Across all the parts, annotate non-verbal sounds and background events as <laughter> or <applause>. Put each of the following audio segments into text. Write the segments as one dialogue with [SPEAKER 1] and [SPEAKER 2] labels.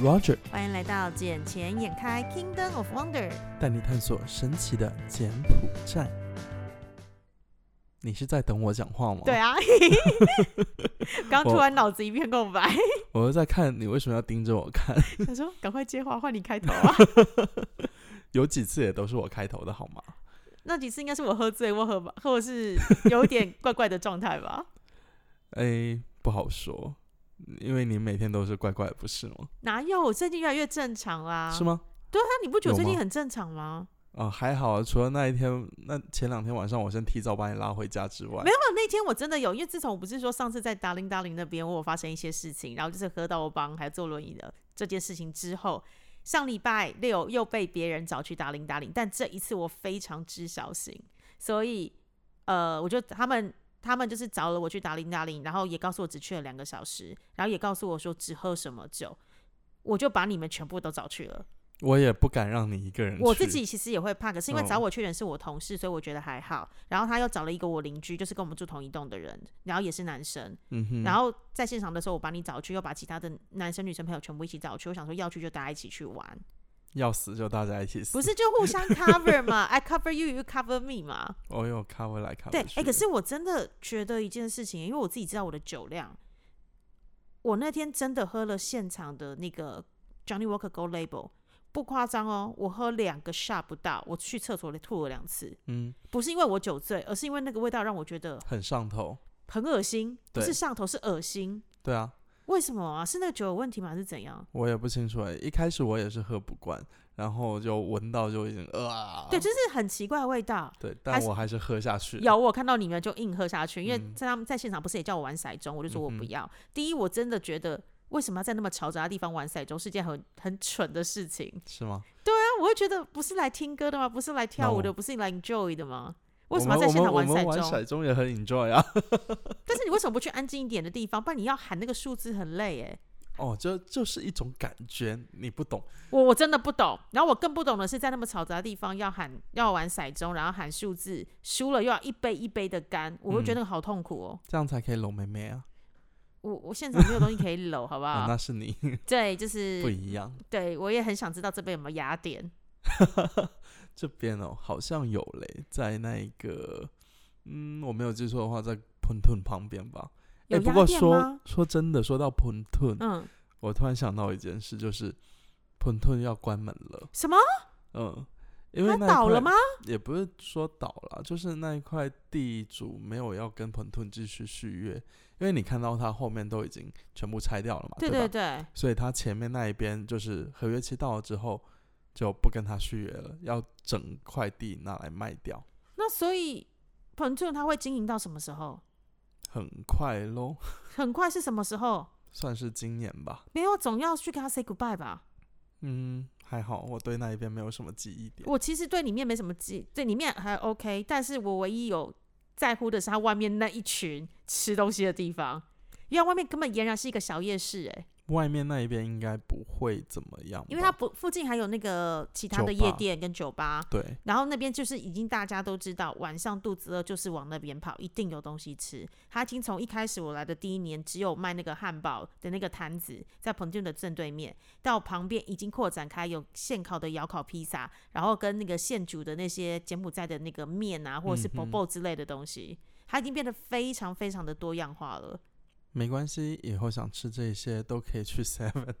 [SPEAKER 1] Roger，
[SPEAKER 2] 欢迎来到《眼前眼开 Kingdom of Wonder》。
[SPEAKER 1] 带你探索神奇的柬埔寨。你是在等我讲话吗？
[SPEAKER 2] 对， <laughs> 啊，刚突然脑子一片空白，
[SPEAKER 1] 我是在看你为什么要盯着我看。 <laughs>
[SPEAKER 2] 想说赶快接话，换你开头 <laughs> 啊。
[SPEAKER 1] 有几次也都是我开头的好吗？
[SPEAKER 2] 那几次应该是我喝醉或喝吧，或者是有点怪怪的状态吧？
[SPEAKER 1] 哎，不好说，因为你每天都是怪怪的，不是吗？
[SPEAKER 2] <laughs> 哪有？我最近越来越正常啦。
[SPEAKER 1] 是？吗？
[SPEAKER 2] 对啊，你不觉得
[SPEAKER 1] 有
[SPEAKER 2] 最近
[SPEAKER 1] 吗
[SPEAKER 2] 很正常吗？
[SPEAKER 1] 啊、还好啊，除了那一天，那前两天晚上我先提早把你拉回家之外
[SPEAKER 2] 没，有，那天我真的有，因为自从我不是说上次在达令达令那边我有发生一些事情，然后就是喝到我帮还有坐轮椅的这件事情之后，上礼拜六又被别人找去达令达令，但这一次我非常知小心，所以呃，我就他们他们就是找了我去达令达令，然后也告诉我只去了两个小时，然后也告诉我说只喝什么酒。我就把你们全部都找去了，
[SPEAKER 1] 我也不敢让你一个人去。
[SPEAKER 2] 我自己其实也会怕，可是因为
[SPEAKER 1] 嗯
[SPEAKER 2] 找我去的人是我同事，所以我觉得还好。然后他又找了一个我邻居，就是跟我们住同一栋的人，然后也是男生。
[SPEAKER 1] 嗯哼，
[SPEAKER 2] 然后在现场的时候，我把你找去，又把其他的男生女生朋友全部一起找去。我想说要去就大家一起去玩，
[SPEAKER 1] 要死就大家一起死。
[SPEAKER 2] 不是就互相 cover 嘛？I cover you, you cover me
[SPEAKER 1] <laughs>
[SPEAKER 2] 嘛？
[SPEAKER 1] 我有 cover 来 cover
[SPEAKER 2] 对，哎、
[SPEAKER 1] 去
[SPEAKER 2] 可是我真的觉得一件事情，因为我自己知道我的酒量，我那天真的喝了现场的那个 Johnny Walker Gold Label，不夸张哦，我喝两个 shot 不到，我去厕所里吐了两次，
[SPEAKER 1] 嗯，
[SPEAKER 2] 不是因为我酒醉，而是因为那个味道让我觉得
[SPEAKER 1] 很上头。
[SPEAKER 2] 很恶心，不
[SPEAKER 1] 对
[SPEAKER 2] 是上头，是恶心。
[SPEAKER 1] 对啊，
[SPEAKER 2] 为什么啊？是那个酒有问题吗？还是怎样？
[SPEAKER 1] 我也不清楚哎，一开始我也是喝不惯，然后就闻到就已经呃啊，
[SPEAKER 2] 对，就是很奇怪的味道。
[SPEAKER 1] 对，
[SPEAKER 2] 还
[SPEAKER 1] 但
[SPEAKER 2] 是
[SPEAKER 1] 我还是喝下去。
[SPEAKER 2] 有我看到你们就硬喝下去，因为
[SPEAKER 1] 嗯
[SPEAKER 2] 在他们在现场不是也叫我玩骰盅，我就说我
[SPEAKER 1] 嗯
[SPEAKER 2] 不
[SPEAKER 1] 哼
[SPEAKER 2] 要。第一，我真的觉得为什么要在那么嘈杂的地方玩骰盅是件很很蠢的事情。
[SPEAKER 1] 是吗？
[SPEAKER 2] 但我会觉得不是来听歌的吗？不是来跳舞的，
[SPEAKER 1] No
[SPEAKER 2] 不是来 enjoy 的吗？
[SPEAKER 1] 我
[SPEAKER 2] 为什么要在
[SPEAKER 1] 们
[SPEAKER 2] 现场
[SPEAKER 1] 我
[SPEAKER 2] 玩
[SPEAKER 1] 们
[SPEAKER 2] 骰
[SPEAKER 1] 我们
[SPEAKER 2] 盅？
[SPEAKER 1] 骰盅也很 enjoy 啊。 <laughs>
[SPEAKER 2] 但是你为什么不去安静一点的地方？不然你要喊那个数字很累哎、
[SPEAKER 1] 哦，这就是一种感觉，你不懂。
[SPEAKER 2] 我我真的不懂，然后我更不懂的是，在那么嘈杂的地方要喊要玩骰盅，然后喊数字，输了又要一杯一杯的干，我
[SPEAKER 1] 嗯
[SPEAKER 2] 会觉得那个好痛苦哦。
[SPEAKER 1] 这样才可以搂妹妹啊！
[SPEAKER 2] 我我现场没有东西可以搂，好不
[SPEAKER 1] <laughs> 啊
[SPEAKER 2] 好？
[SPEAKER 1] 那是你
[SPEAKER 2] 对，就
[SPEAKER 1] 不
[SPEAKER 2] 是
[SPEAKER 1] 一样。
[SPEAKER 2] 对我也很想知道这边有没有雅典。
[SPEAKER 1] 这边哦，好像有嘞，在那一个，嗯，我没有记错的话，在喷屯旁边吧。哎、
[SPEAKER 2] 有
[SPEAKER 1] 不
[SPEAKER 2] 雅
[SPEAKER 1] 过
[SPEAKER 2] 典
[SPEAKER 1] 说
[SPEAKER 2] 吗
[SPEAKER 1] 说真的，说到喷屯，
[SPEAKER 2] 嗯，
[SPEAKER 1] 我突然想到一件事，就是喷屯要关门了。
[SPEAKER 2] 什么？
[SPEAKER 1] 嗯，因为
[SPEAKER 2] 它
[SPEAKER 1] 那一
[SPEAKER 2] 倒了吗？
[SPEAKER 1] 块也不是说倒了，就是那一块地主没有要跟彭顿继续续约，因为你看到他后面都已经全部拆掉了嘛，
[SPEAKER 2] 对
[SPEAKER 1] 吧？
[SPEAKER 2] 对对，
[SPEAKER 1] 所以他前面那一边就是合约期到了之后就不跟他续约了，要整块地拿来卖掉，
[SPEAKER 2] 那所以彭俊他会经营到什么时候？
[SPEAKER 1] 很快咯，
[SPEAKER 2] 很快是什么时候？
[SPEAKER 1] 算是今年吧。
[SPEAKER 2] 没有，总要去跟他 say goodbye 吧。
[SPEAKER 1] 嗯，还好我对那一边没有什么记忆点。
[SPEAKER 2] 我其实对里面没什么记，对里面还 OK，但是我唯一有在乎的是他外面那一群吃东西的地方，因为外面根本俨然是一个小夜市哎、
[SPEAKER 1] 外面那一边应该不会怎么样吧，
[SPEAKER 2] 因为它不附近还有那个其他的
[SPEAKER 1] 酒吧
[SPEAKER 2] 夜店跟酒吧，
[SPEAKER 1] 对
[SPEAKER 2] 然后那边就是已经大家都知道，晚上肚子饿就是往那边跑，一定有东西吃。他已经从一开始我来的第一年，只有卖那个汉堡的那个摊子，在彭俊的正对面，到旁边已经扩展开有现烤的窑烤披萨，然后跟那个现煮的那些柬埔寨的那个面啊，或者是
[SPEAKER 1] 嗯
[SPEAKER 2] b o
[SPEAKER 1] 哼
[SPEAKER 2] b o 之类的东西，它已经变得非常非常的多样化了。
[SPEAKER 1] 没关系，以后想吃这些都可以去 <laughs> Seven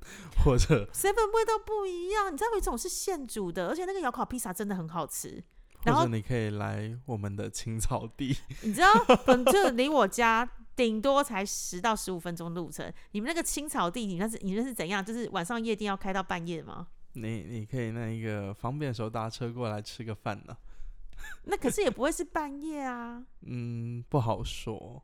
[SPEAKER 1] 或者
[SPEAKER 2] Seven 味道不一样，你知道有一种是现煮的，而且那个窑烤披萨真的很好吃。然
[SPEAKER 1] 或
[SPEAKER 2] 后
[SPEAKER 1] 者你可以来我们的青草地，
[SPEAKER 2] 你知道，本就离我家顶多才十到十五分钟路程。你们那个青草地，你那是你那是怎样？就是晚上夜店要开到半夜吗？ <laughs>
[SPEAKER 1] 你你可以那一个方便的时候搭车过来吃个饭呢、
[SPEAKER 2] 那可是也不会是半夜啊。
[SPEAKER 1] 嗯，不好说，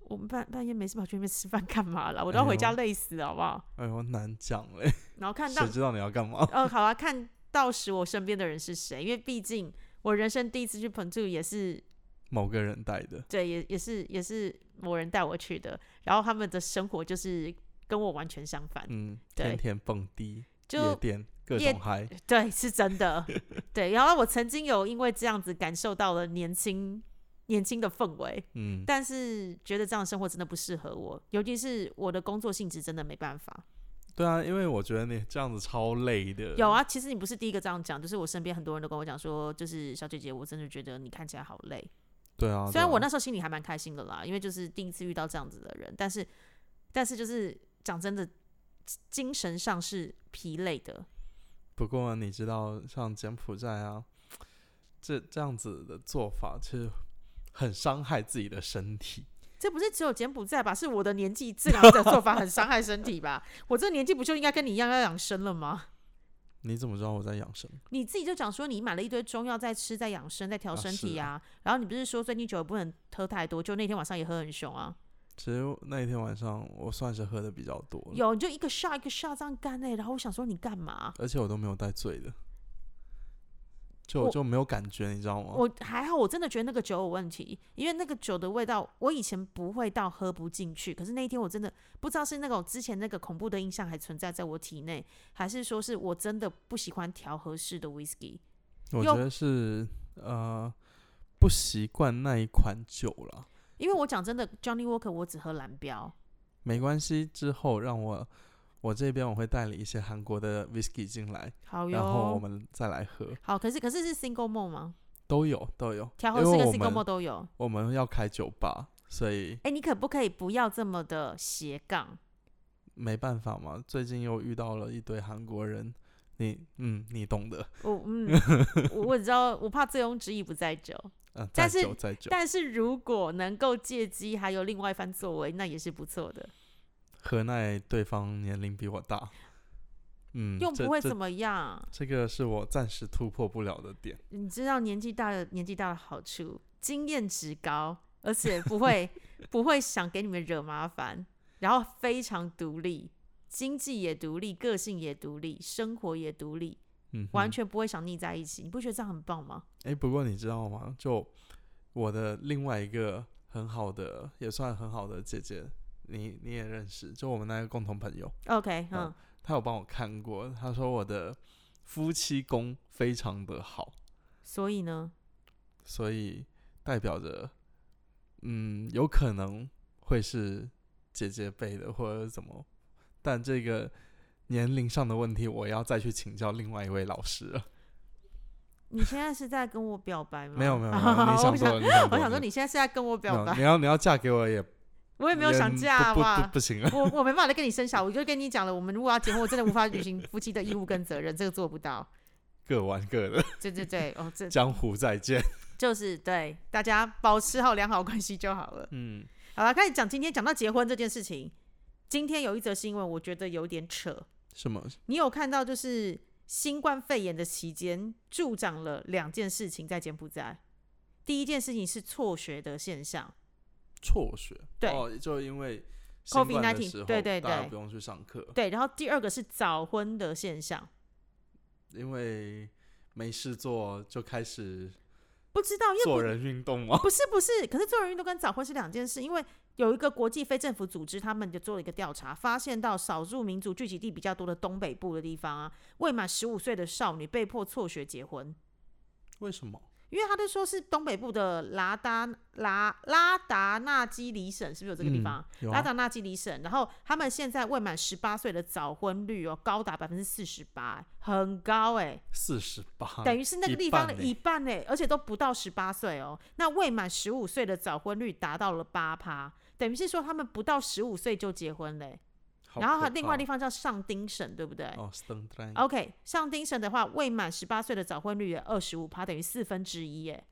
[SPEAKER 2] 我们半半夜没事跑去那边吃饭干嘛啦？我都要回家
[SPEAKER 1] 哎呦
[SPEAKER 2] 累死了，好不好？
[SPEAKER 1] 哎呦难讲嘞，
[SPEAKER 2] 然后看到
[SPEAKER 1] 谁知道你要干嘛？ <laughs>
[SPEAKER 2] 哦，好啊，看到时我身边的人是谁，因为毕竟我人生第一次去彭住也是
[SPEAKER 1] 某个人带的，
[SPEAKER 2] 对，也也是也是某人带我去的，然后他们的生活就是跟我完全相反，
[SPEAKER 1] 嗯，
[SPEAKER 2] 对
[SPEAKER 1] 天天蹦迪、夜
[SPEAKER 2] 就
[SPEAKER 1] 店各
[SPEAKER 2] 夜
[SPEAKER 1] 种嗨，
[SPEAKER 2] 对，是真的。对，然后我曾经有因为这样子感受到了年轻年轻的氛围，
[SPEAKER 1] 嗯，
[SPEAKER 2] 但是觉得这样的生活真的不适合我，尤其是我的工作性质真的没办法。
[SPEAKER 1] 对啊，因为我觉得你这样子超累的。
[SPEAKER 2] 有啊，其实你不是第一个这样讲，就是我身边很多人都跟我讲说，就是小姐姐，我真的觉得你看起来好累。
[SPEAKER 1] 对啊，
[SPEAKER 2] 虽然
[SPEAKER 1] 对啊
[SPEAKER 2] 我那时候心里还蛮开心的啦，因为就是第一次遇到这样子的人，但是但是就是讲真的，精神上是疲累的。
[SPEAKER 1] 不过你知道，像柬埔寨啊，这这样子的做法其实很伤害自己的身体。
[SPEAKER 2] 这不是只有柬埔寨吧？是我的年纪，这两的做法很伤害身体吧？我这年纪不就应该跟你一样要养生了吗？
[SPEAKER 1] 你怎么知道我在养生？
[SPEAKER 2] 你自己就讲说你买了一堆中药在吃，在养生，在调
[SPEAKER 1] 啊
[SPEAKER 2] 身
[SPEAKER 1] 是
[SPEAKER 2] 体啊。然后你不是说最近酒也不能喝太多，就那天晚上也喝很凶啊。
[SPEAKER 1] 其实那一天晚上我算是喝的比较多了，
[SPEAKER 2] 有你就一个 shot 一个 shot 这样干欸嘞、然后我想说你干嘛？
[SPEAKER 1] 而且我都没有带醉的，就
[SPEAKER 2] 我
[SPEAKER 1] 就没有感觉，你知道吗？
[SPEAKER 2] 我还好，我真的觉得那个酒有问题，因为那个酒的味道，我以前不会到喝不进去，可是那一天我真的不知道是那种之前那个恐怖的印象还存在在我体内，还是说是我真的不喜欢调和式的 whisky。又
[SPEAKER 1] 我觉得是呃不习惯那一款酒了，
[SPEAKER 2] 因为我讲真的，Johnny Walker 我只喝蓝标，
[SPEAKER 1] 没关系。之后让我我这边我会带了一些韩国的 whisky 进来，
[SPEAKER 2] 好
[SPEAKER 1] 然后我
[SPEAKER 2] 哟。
[SPEAKER 1] 们再来喝，
[SPEAKER 2] 好，可是可是是 single m o 吗？
[SPEAKER 1] 都有都有。
[SPEAKER 2] 调和
[SPEAKER 1] 因
[SPEAKER 2] 式
[SPEAKER 1] 为
[SPEAKER 2] 跟
[SPEAKER 1] 我
[SPEAKER 2] single m o
[SPEAKER 1] 们
[SPEAKER 2] 都有。
[SPEAKER 1] 我们要开酒吧，所以
[SPEAKER 2] 哎、你可不可以不要这么的斜杠？
[SPEAKER 1] 没办法嘛。最近又遇到了一堆韩国人，你嗯你懂的，
[SPEAKER 2] 我
[SPEAKER 1] <laughs>
[SPEAKER 2] 嗯，我我知道，我怕醉翁之意不在酒。
[SPEAKER 1] 嗯、呃，
[SPEAKER 2] 但
[SPEAKER 1] 再
[SPEAKER 2] 是
[SPEAKER 1] 酒再酒，
[SPEAKER 2] 但是如果能够借机还有另外一番作为，那也是不错的，
[SPEAKER 1] 何奈对方年龄比我大，嗯，
[SPEAKER 2] 又
[SPEAKER 1] 这
[SPEAKER 2] 不会
[SPEAKER 1] 这
[SPEAKER 2] 怎么样。
[SPEAKER 1] 这个是我暂时突破不了的点。
[SPEAKER 2] 你知道年纪大的年纪大的好处，经验值高，而且不会不会想给你们惹麻烦，然后非常独立，经济也独立，个性也独立，生活也独立，
[SPEAKER 1] 嗯哼，
[SPEAKER 2] 完全不会想腻在一起。你不觉得这样很棒吗？
[SPEAKER 1] 哎、不过你知道吗？就我的另外一个很好的，也算很好的姐姐，你你也认识，就我们那个共同朋友，
[SPEAKER 2] OK，嗯
[SPEAKER 1] 嗯，她有帮我看过，她说我的夫妻宫非常的好，
[SPEAKER 2] 所以呢，
[SPEAKER 1] 所以代表着，嗯，有可能会是姐姐辈的或者怎么，但这个年龄上的问题，我要再去请教另外一位老师
[SPEAKER 2] <laughs>
[SPEAKER 1] 了。
[SPEAKER 2] 你现在是在跟我表白吗？
[SPEAKER 1] <laughs> 没有没
[SPEAKER 2] <laughs>
[SPEAKER 1] 有没有，你
[SPEAKER 2] 我
[SPEAKER 1] 想
[SPEAKER 2] 想
[SPEAKER 1] 多了，你想多
[SPEAKER 2] 我
[SPEAKER 1] 了
[SPEAKER 2] 想说，你现在是在跟我
[SPEAKER 1] 没有
[SPEAKER 2] 表白，
[SPEAKER 1] 你要你要嫁给我也
[SPEAKER 2] 我也没有想
[SPEAKER 1] 嗯
[SPEAKER 2] 嫁
[SPEAKER 1] 不不
[SPEAKER 2] 吧
[SPEAKER 1] 不。不行啊！
[SPEAKER 2] 我我没办法再跟你生小孩，我就跟你讲了，我们如果要结婚，我真的无法履行夫妻的义务跟责任，这个做不到。
[SPEAKER 1] 各玩各
[SPEAKER 2] <laughs>
[SPEAKER 1] 的，
[SPEAKER 2] 对对对，哦，这
[SPEAKER 1] 江湖再见。
[SPEAKER 2] 就是对大家保持好良好关系就好了。
[SPEAKER 1] 嗯，
[SPEAKER 2] 好了，开始讲今天讲到结婚这件事情。今天有一则新闻，我觉得有点扯。
[SPEAKER 1] 什么？
[SPEAKER 2] 你有看到就是新冠肺炎的期间助长了两件事情在柬埔寨。第一件事情是辍学的现象，
[SPEAKER 1] 辍学？
[SPEAKER 2] 对
[SPEAKER 1] 哦，就因为新冠的时候，
[SPEAKER 2] 对对
[SPEAKER 1] 大家
[SPEAKER 2] 对
[SPEAKER 1] 不用去上课，
[SPEAKER 2] 对，然后第二个是早婚的现象。
[SPEAKER 1] 因为没事做就开始
[SPEAKER 2] 不知道，因为不
[SPEAKER 1] 做人运动嘛。
[SPEAKER 2] 不是不是，可是做人运动跟早婚是两件事，因为有一个国际非政府组织，他们就做了一个调查，发现到少数民族聚集地比较多的东北部的地方啊，未满十五岁的少女被迫辍学结婚，
[SPEAKER 1] 为什么？
[SPEAKER 2] 因为他就说是东北部的拉达拉拉达纳基里省，是不是有这个地
[SPEAKER 1] 嗯
[SPEAKER 2] 方啊？
[SPEAKER 1] 有
[SPEAKER 2] 拉
[SPEAKER 1] 啊，
[SPEAKER 2] 达纳基里省，然后他们现在未满十八岁的早婚率哦，高达百分之四十八，很高哎、
[SPEAKER 1] 四十八，
[SPEAKER 2] 等于是那个地方的一
[SPEAKER 1] 一
[SPEAKER 2] 半呢、而且都不到十八岁哦。那未满十五岁的早婚率达到了八趴，等于是说他们不到十五岁就结婚嘞、
[SPEAKER 1] 好
[SPEAKER 2] 然后
[SPEAKER 1] 可
[SPEAKER 2] 还另外地
[SPEAKER 1] 怕
[SPEAKER 2] 方叫上丁省，对不对、
[SPEAKER 1] 哦，斯登丹
[SPEAKER 2] o k 上丁省的话，未满十八岁的早婚率也二十五趴，等于四分之一耶。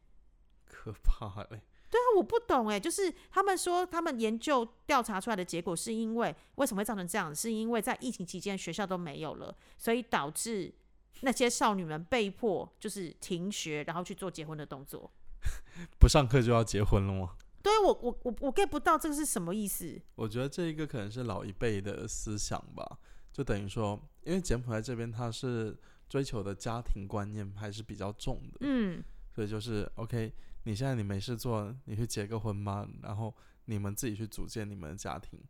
[SPEAKER 1] 可怕嘞。
[SPEAKER 2] 对啊，我不懂哎，就是他们说他们研究调查出来的结果是因为为什么会造成这样？是因为在疫情期间学校都没有了，所以导致那些少女们被迫就是停学，然后去做结婚的动作。
[SPEAKER 1] 不上课就要结婚了吗？
[SPEAKER 2] 对啊我我我我 get 不到这个是什么意思？
[SPEAKER 1] 我觉得这一个可能是老一辈的思想吧，就等于说，因为柬埔寨这边它是追求的家庭观念还是比较重的，
[SPEAKER 2] 嗯，
[SPEAKER 1] 所以就是 OK，你现在你没事做，你去结个婚吧，然后你们自己去组建你们的家庭，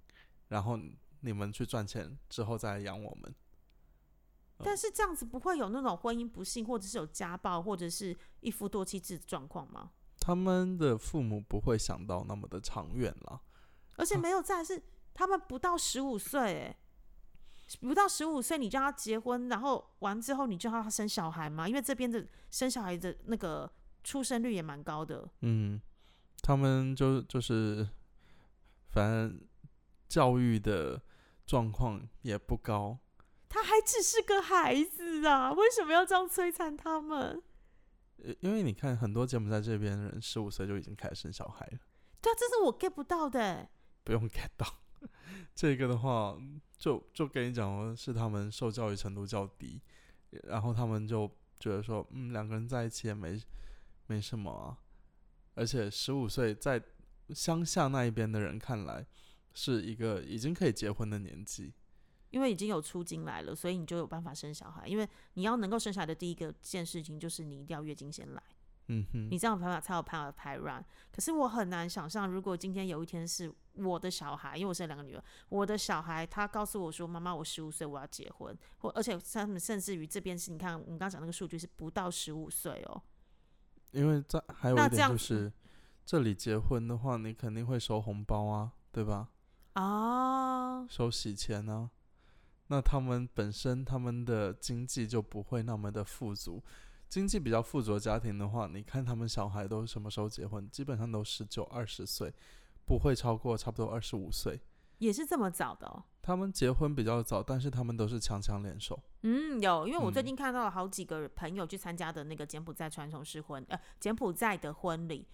[SPEAKER 1] 然后你们去赚钱之后再来养我们。
[SPEAKER 2] 但是这样子不会有那种婚姻不幸，或者是有家暴，或者是一夫多妻制的状况吗？
[SPEAKER 1] 他们的父母不会想到那么的长远啦，
[SPEAKER 2] 而且没有再来是他们不到十五岁，哎，不到十五岁你叫他结婚，然后完之后你就要他生小孩吗？因为这边的生小孩的那个出生率也蛮高的。
[SPEAKER 1] 嗯，他们就就是，反正教育的状况也不高，
[SPEAKER 2] 他还只是个孩子啊，为什么要这样摧残他们？
[SPEAKER 1] 呃因为你看很多柬埔寨这边的人十五岁就已经开始生小孩了，
[SPEAKER 2] 对啊，这是我 get 不到的欸。
[SPEAKER 1] 不用 get 到这个的话，就就跟你讲哦，是他们受教育程度较低，然后他们就觉得说，嗯，两个人在一起也没没什么啊，而且十五岁在乡下那一边的人看来是一个已经可以结婚的年纪，
[SPEAKER 2] 因为已经有出金来了，所以你就有办法生小孩。因为你要能够生小孩的第一个件事情就是你一定要月经先来，
[SPEAKER 1] 嗯哼，
[SPEAKER 2] 你这样有办法才有办法排卵。可是我很难想象，如果今天有一天是我的小孩，因为我生了两个女儿，我的小孩他告诉我说：“妈妈，我十五岁我要结婚。”或而且他们甚至于这边是你看我们刚刚讲那个数据是不到十五岁哦，
[SPEAKER 1] 因为在还有
[SPEAKER 2] 那
[SPEAKER 1] 一
[SPEAKER 2] 这
[SPEAKER 1] 点
[SPEAKER 2] 样
[SPEAKER 1] 就
[SPEAKER 2] 子
[SPEAKER 1] 是，这里结婚的话，你肯定会收红包啊，对吧？
[SPEAKER 2] 啊，
[SPEAKER 1] 收喜钱啊。那他们本身他们的经济就不会那么的富足，经济比较富足的家庭的话，你看他们小孩都什么时候结婚？基本上都十九、二十岁，不会超过差不多二十五岁。
[SPEAKER 2] 也是这么早的哦。
[SPEAKER 1] 他们结婚比较早，但是他们都是强强联手。
[SPEAKER 2] 嗯，有，因为我最
[SPEAKER 1] 嗯
[SPEAKER 2] 近看到了好几个朋友去参加的那个柬埔寨传统式婚，呃，柬埔寨的婚礼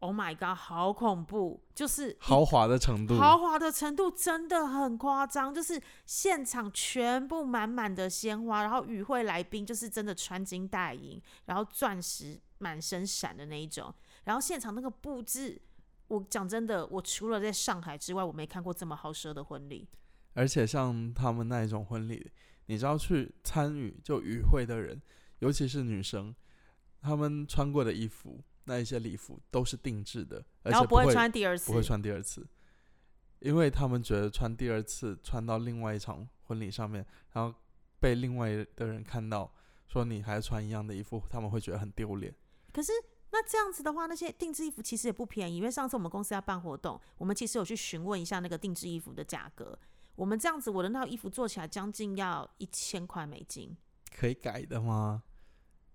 [SPEAKER 2] ，Oh my god，好恐怖，就是一
[SPEAKER 1] 豪华的程度，
[SPEAKER 2] 豪华的程度真的很夸张，就是现场全部满满的鲜花，然后与会来宾就是真的穿金戴银，然后钻石满身闪的那一种，然后现场那个布置。我讲真的，我除了在上海之外，我没看过这么豪奢的婚礼。
[SPEAKER 1] 而且像他们那一种婚礼，你知道去参与就与会的人，尤其是女生，她们穿过的衣服，那一些礼服都是定制的，而
[SPEAKER 2] 然后
[SPEAKER 1] 且
[SPEAKER 2] 不
[SPEAKER 1] 会
[SPEAKER 2] 会穿第二次，
[SPEAKER 1] 不会穿第二次，因为他们觉得穿第二次穿到另外一场婚礼上面，然后被另外的人看到说你还穿一样的衣服，他们会觉得很丢脸。
[SPEAKER 2] 可是那这样子的话，那些定制衣服其实也不便宜，因为上次我们公司要办活动，我们其实有去询问一下那个定制衣服的价格。我们这样子，我的那套衣服做起来将近要一千块美金。
[SPEAKER 1] 可以改的吗？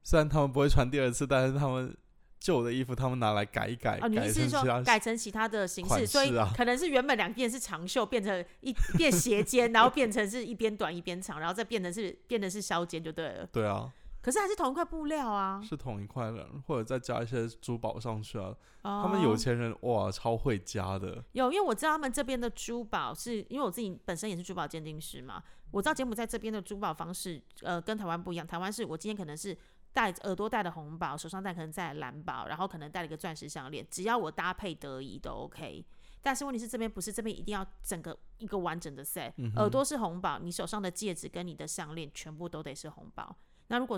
[SPEAKER 1] 虽然他们不会穿第二次，但是他们旧的衣服他们拿来改一改，
[SPEAKER 2] 哦，你意
[SPEAKER 1] 哎改
[SPEAKER 2] 思
[SPEAKER 1] 成
[SPEAKER 2] 是
[SPEAKER 1] 其他
[SPEAKER 2] 说改成其他的形
[SPEAKER 1] 款
[SPEAKER 2] 式？所以
[SPEAKER 1] 式啊
[SPEAKER 2] 可能是原本两件是长袖，变成一变斜肩，然后变成是一边短一边长，然后再变成是变成是削肩就对了。
[SPEAKER 1] 对啊。
[SPEAKER 2] 可是还是同一块布料啊。
[SPEAKER 1] 是同一块人，或者再加一些珠宝上去啊。
[SPEAKER 2] 哦
[SPEAKER 1] 他们有钱人哇，超会加的。
[SPEAKER 2] 有，因为我知道他们这边的珠宝是，因为我自己本身也是珠宝鉴定师嘛，我知道柬埔寨这边的珠宝方式，呃，跟台湾不一样。台湾是我今天可能是戴耳朵戴的红宝，手上戴可能戴蓝宝，然后可能戴了一个钻石项链，只要我搭配得宜都 OK。但是问题是这边不是，这边一定要整个一个完整的 set，、
[SPEAKER 1] 嗯
[SPEAKER 2] 耳
[SPEAKER 1] 哼
[SPEAKER 2] 朵是红宝，你手上的戒指跟你的项链全部都得是红宝。那如果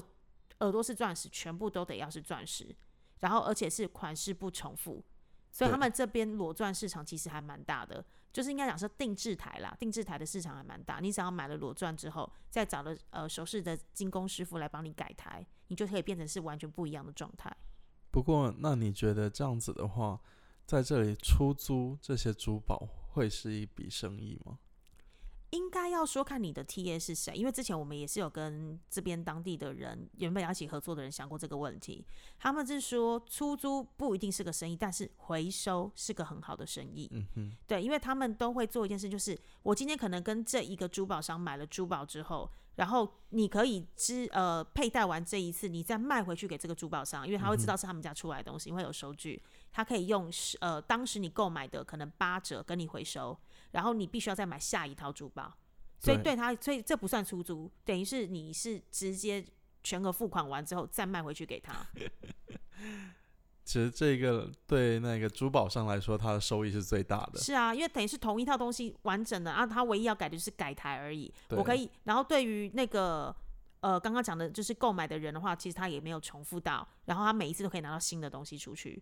[SPEAKER 2] 耳朵是钻石，全部都得要是钻石，然后而且是款式不重复，所以他
[SPEAKER 1] 对
[SPEAKER 2] 们这边裸钻市场其实还蛮大的，就是应该讲说定制台啦，定制台的市场还蛮大。你只要买了裸钻之后，再找了呃首饰的精工师傅来帮你改台，你就可以变成是完全不一样的状态。
[SPEAKER 1] 不过，那你觉得这样子的话，在这里出租这些珠宝会是一笔生意吗？
[SPEAKER 2] 应该要说看你的 TA 是谁，因为之前我们也是有跟这边当地的人，原本要一起合作的人想过这个问题。他们是说出租不一定是个生意，但是回收是个很好的生意。
[SPEAKER 1] 嗯哼，
[SPEAKER 2] 对，因为他们都会做一件事，就是我今天可能跟这一个珠宝商买了珠宝之后，然后你可以之呃佩戴完这一次，你再卖回去给这个珠宝商，因为他会知道是他们家出来的东西，因为有收据，他可以用是呃当时你购买的可能八折跟你回收，然后你必须要再买下一套珠宝，所以
[SPEAKER 1] 对
[SPEAKER 2] 对他，所以这不算出租，等于是你是直接全额付款完之后再卖回去给他。
[SPEAKER 1] 其实这个对那个珠宝商来说，它的收益是最大的。
[SPEAKER 2] 是啊，因为等于是同一套东西完整的啊，它唯一要改的就是改台而已。
[SPEAKER 1] 对
[SPEAKER 2] 我可以，然后对于那个呃刚刚讲的，就是购买的人的话，其实他也没有重复到，然后他每一次都可以拿到新的东西出去。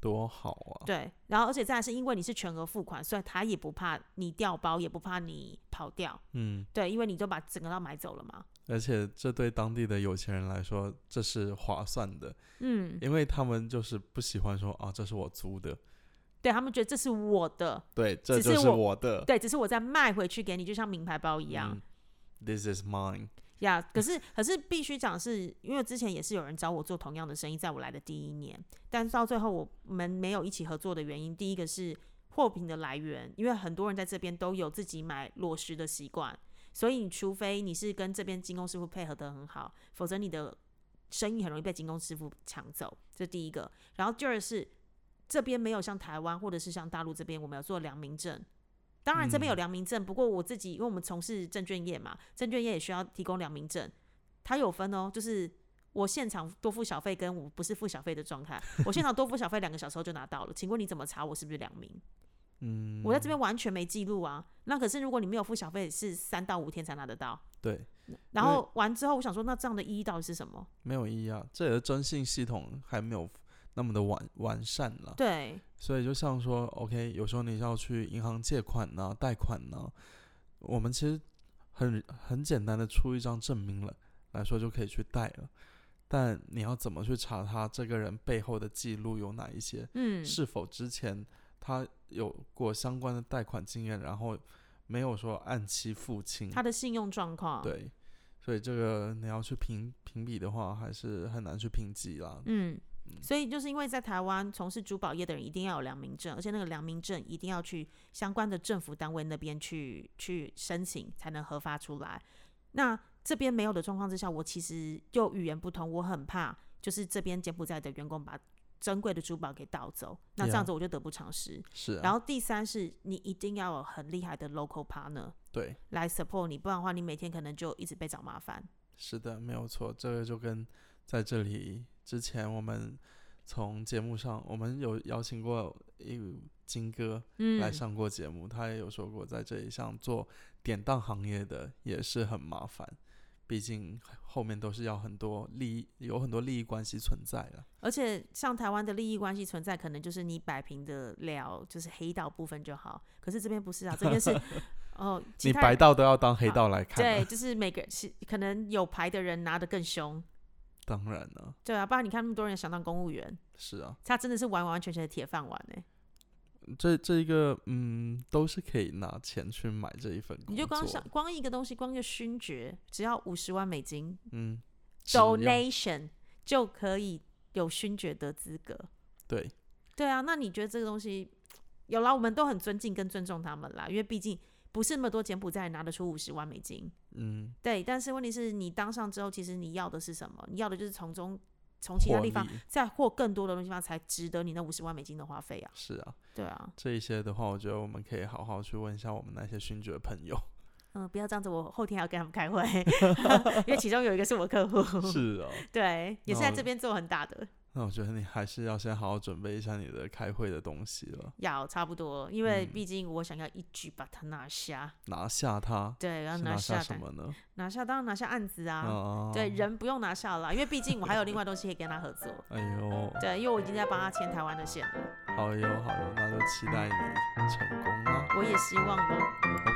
[SPEAKER 1] 多好啊！
[SPEAKER 2] 对，然后而且再来是因为你是全额付款，所以他也不怕你掉包，也不怕你跑掉。
[SPEAKER 1] 嗯，
[SPEAKER 2] 对，因为你都把整个都买走了嘛。
[SPEAKER 1] 而且这对当地的有钱人来说，这是划算的，
[SPEAKER 2] 嗯，
[SPEAKER 1] 因为他们就是不喜欢说啊，这是我租的，
[SPEAKER 2] 对他们觉得这是我的，
[SPEAKER 1] 对，这
[SPEAKER 2] 只是
[SPEAKER 1] 就是
[SPEAKER 2] 我
[SPEAKER 1] 我的，
[SPEAKER 2] 对，只是我再卖回去给你，就像名牌包一样。
[SPEAKER 1] 嗯 This is mine。
[SPEAKER 2] 呀、可是可是必须讲是，因为之前也是有人找我做同样的生意，在我来的第一年，但是到最后我们没有一起合作的原因，第一个是货品的来源，因为很多人在这边都有自己买裸食的习惯，所以你除非你是跟这边精工师傅配合的很好，否则你的生意很容易被精工师傅抢走，这第一个。然后第二是这边没有像台湾或者是像大陆这边，我们有做良民证。当然这边有
[SPEAKER 1] 嗯
[SPEAKER 2] 良民证，不过我自己因为我们从事证券业嘛，证券业也需要提供良民证，它有分哦，就是我现场多付小费跟我不是付小费的状态，我现场多付小费两个小时后就拿到了，请问你怎么查我是不是良民？
[SPEAKER 1] 嗯，
[SPEAKER 2] 我在这边完全没记录啊。那可是如果你没有付小费，是三到五天才拿得到。
[SPEAKER 1] 对，
[SPEAKER 2] 然
[SPEAKER 1] 因为
[SPEAKER 2] 后完之后，我想说，那这样的意义到底是什么？
[SPEAKER 1] 没有异样，这里的征信系统还没有那么的完完善了。
[SPEAKER 2] 对，
[SPEAKER 1] 所以就像说，OK，有时候你要去银行借款呐、贷款呐、我们其实很很简单的出一张证明了来说就可以去贷了。但你要怎么去查他这个人背后的记录有哪一些？
[SPEAKER 2] 嗯，
[SPEAKER 1] 是否之前他有过相关的贷款经验，然后没有说按期付清？
[SPEAKER 2] 他的信用状况，，
[SPEAKER 1] 对，所以这个你要去评评比的话，还是很难去评级啦。
[SPEAKER 2] 嗯。所以就是因为在台湾从事珠宝业的人一定要有良民证，而且那个良民证一定要去相关的政府单位那边去去申请才能核发出来。那这边没有的状况之下，我其实又语言不通，我很怕就是这边柬埔寨的员工把珍贵的珠宝给盗走，那这
[SPEAKER 1] Yeah
[SPEAKER 2] 样子我就得不偿失。
[SPEAKER 1] 是啊，
[SPEAKER 2] 然后第三是你一定要有很厉害的 local partner
[SPEAKER 1] 对，
[SPEAKER 2] 来 support 你，不然的话你每天可能就一直被找麻烦。
[SPEAKER 1] 是的，没有错，这个就跟在这里之前我们从节目上，我们有邀请过一金哥
[SPEAKER 2] 嗯
[SPEAKER 1] 来上过节目，他也有说过，在这里像做典当行业的也是很麻烦，毕竟后面都是要很多利益，有很多利益关系存在了。
[SPEAKER 2] 而且像台湾的利益关系存在，可能就是你摆平的了，就是黑道部分就好。可是这边不是啊，这
[SPEAKER 1] <laughs>
[SPEAKER 2] 边是哦，其
[SPEAKER 1] 你
[SPEAKER 2] 他
[SPEAKER 1] 白
[SPEAKER 2] 人
[SPEAKER 1] 道都要当黑
[SPEAKER 2] 好
[SPEAKER 1] 道来看、
[SPEAKER 2] 对，
[SPEAKER 1] 啊，
[SPEAKER 2] 就是每个是可能有牌的人拿得更凶，
[SPEAKER 1] 当然了，
[SPEAKER 2] 对啊，不然你看那么多人想当公务员，
[SPEAKER 1] 是啊，
[SPEAKER 2] 他真的是完完全全的铁饭碗哎、
[SPEAKER 1] 这这一个嗯，都是可以拿钱去买这一份工作，
[SPEAKER 2] 你就光上光一个东西，光一个勋爵，只要五十万美金
[SPEAKER 1] 嗯，只要
[SPEAKER 2] donation 就可以有勋爵的资格。
[SPEAKER 1] 对。
[SPEAKER 2] 对啊，那你觉得这个东西有啦？我们都很尊敬跟尊重他们啦，因为毕竟不是那么多柬埔寨人拿得出五十万美金。
[SPEAKER 1] 嗯，
[SPEAKER 2] 对，但是问题是你当上之后，其实你要的是什么？你要的就是从中从其他
[SPEAKER 1] 获
[SPEAKER 2] 地方
[SPEAKER 1] 利
[SPEAKER 2] 再获更多的地方，才值得你那五十万美金的花费啊。
[SPEAKER 1] 是啊，
[SPEAKER 2] 对
[SPEAKER 1] <laughs>
[SPEAKER 2] 啊， <laughs>
[SPEAKER 1] 这一些的话，我觉得我们可以好好去问一下我们那些勋爵朋友。
[SPEAKER 2] 嗯，不要这样子，我后天还要跟他们开会，因为其中有一个是我客户，
[SPEAKER 1] <laughs> 是啊，
[SPEAKER 2] 对，也是在
[SPEAKER 1] 那
[SPEAKER 2] 这边做很大的，
[SPEAKER 1] 那我觉得你还是要先好好准备一下你的开会的东西了，
[SPEAKER 2] 要差不多，因为
[SPEAKER 1] 嗯
[SPEAKER 2] 毕竟我想要一举把它拿下，
[SPEAKER 1] 拿下它。
[SPEAKER 2] 对，然
[SPEAKER 1] 是
[SPEAKER 2] 后
[SPEAKER 1] 拿
[SPEAKER 2] 下
[SPEAKER 1] 什
[SPEAKER 2] 它
[SPEAKER 1] 么呢？
[SPEAKER 2] 拿下当然拿下案子啊，
[SPEAKER 1] 啊，
[SPEAKER 2] 对，，人不用拿下了啦，因为毕竟我还有另外东西可以跟他合作。
[SPEAKER 1] 哎呦，
[SPEAKER 2] 对，因为我已经在帮他签台湾的线了，
[SPEAKER 1] 好哟好哟，那就期待你成功啦。
[SPEAKER 2] 我也希望哦。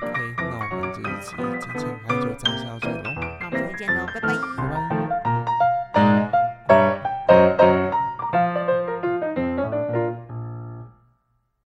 [SPEAKER 1] OK，那我们这一期《金钱开就讲下去喽，
[SPEAKER 2] 那我们再见喽，拜拜。
[SPEAKER 1] 拜拜。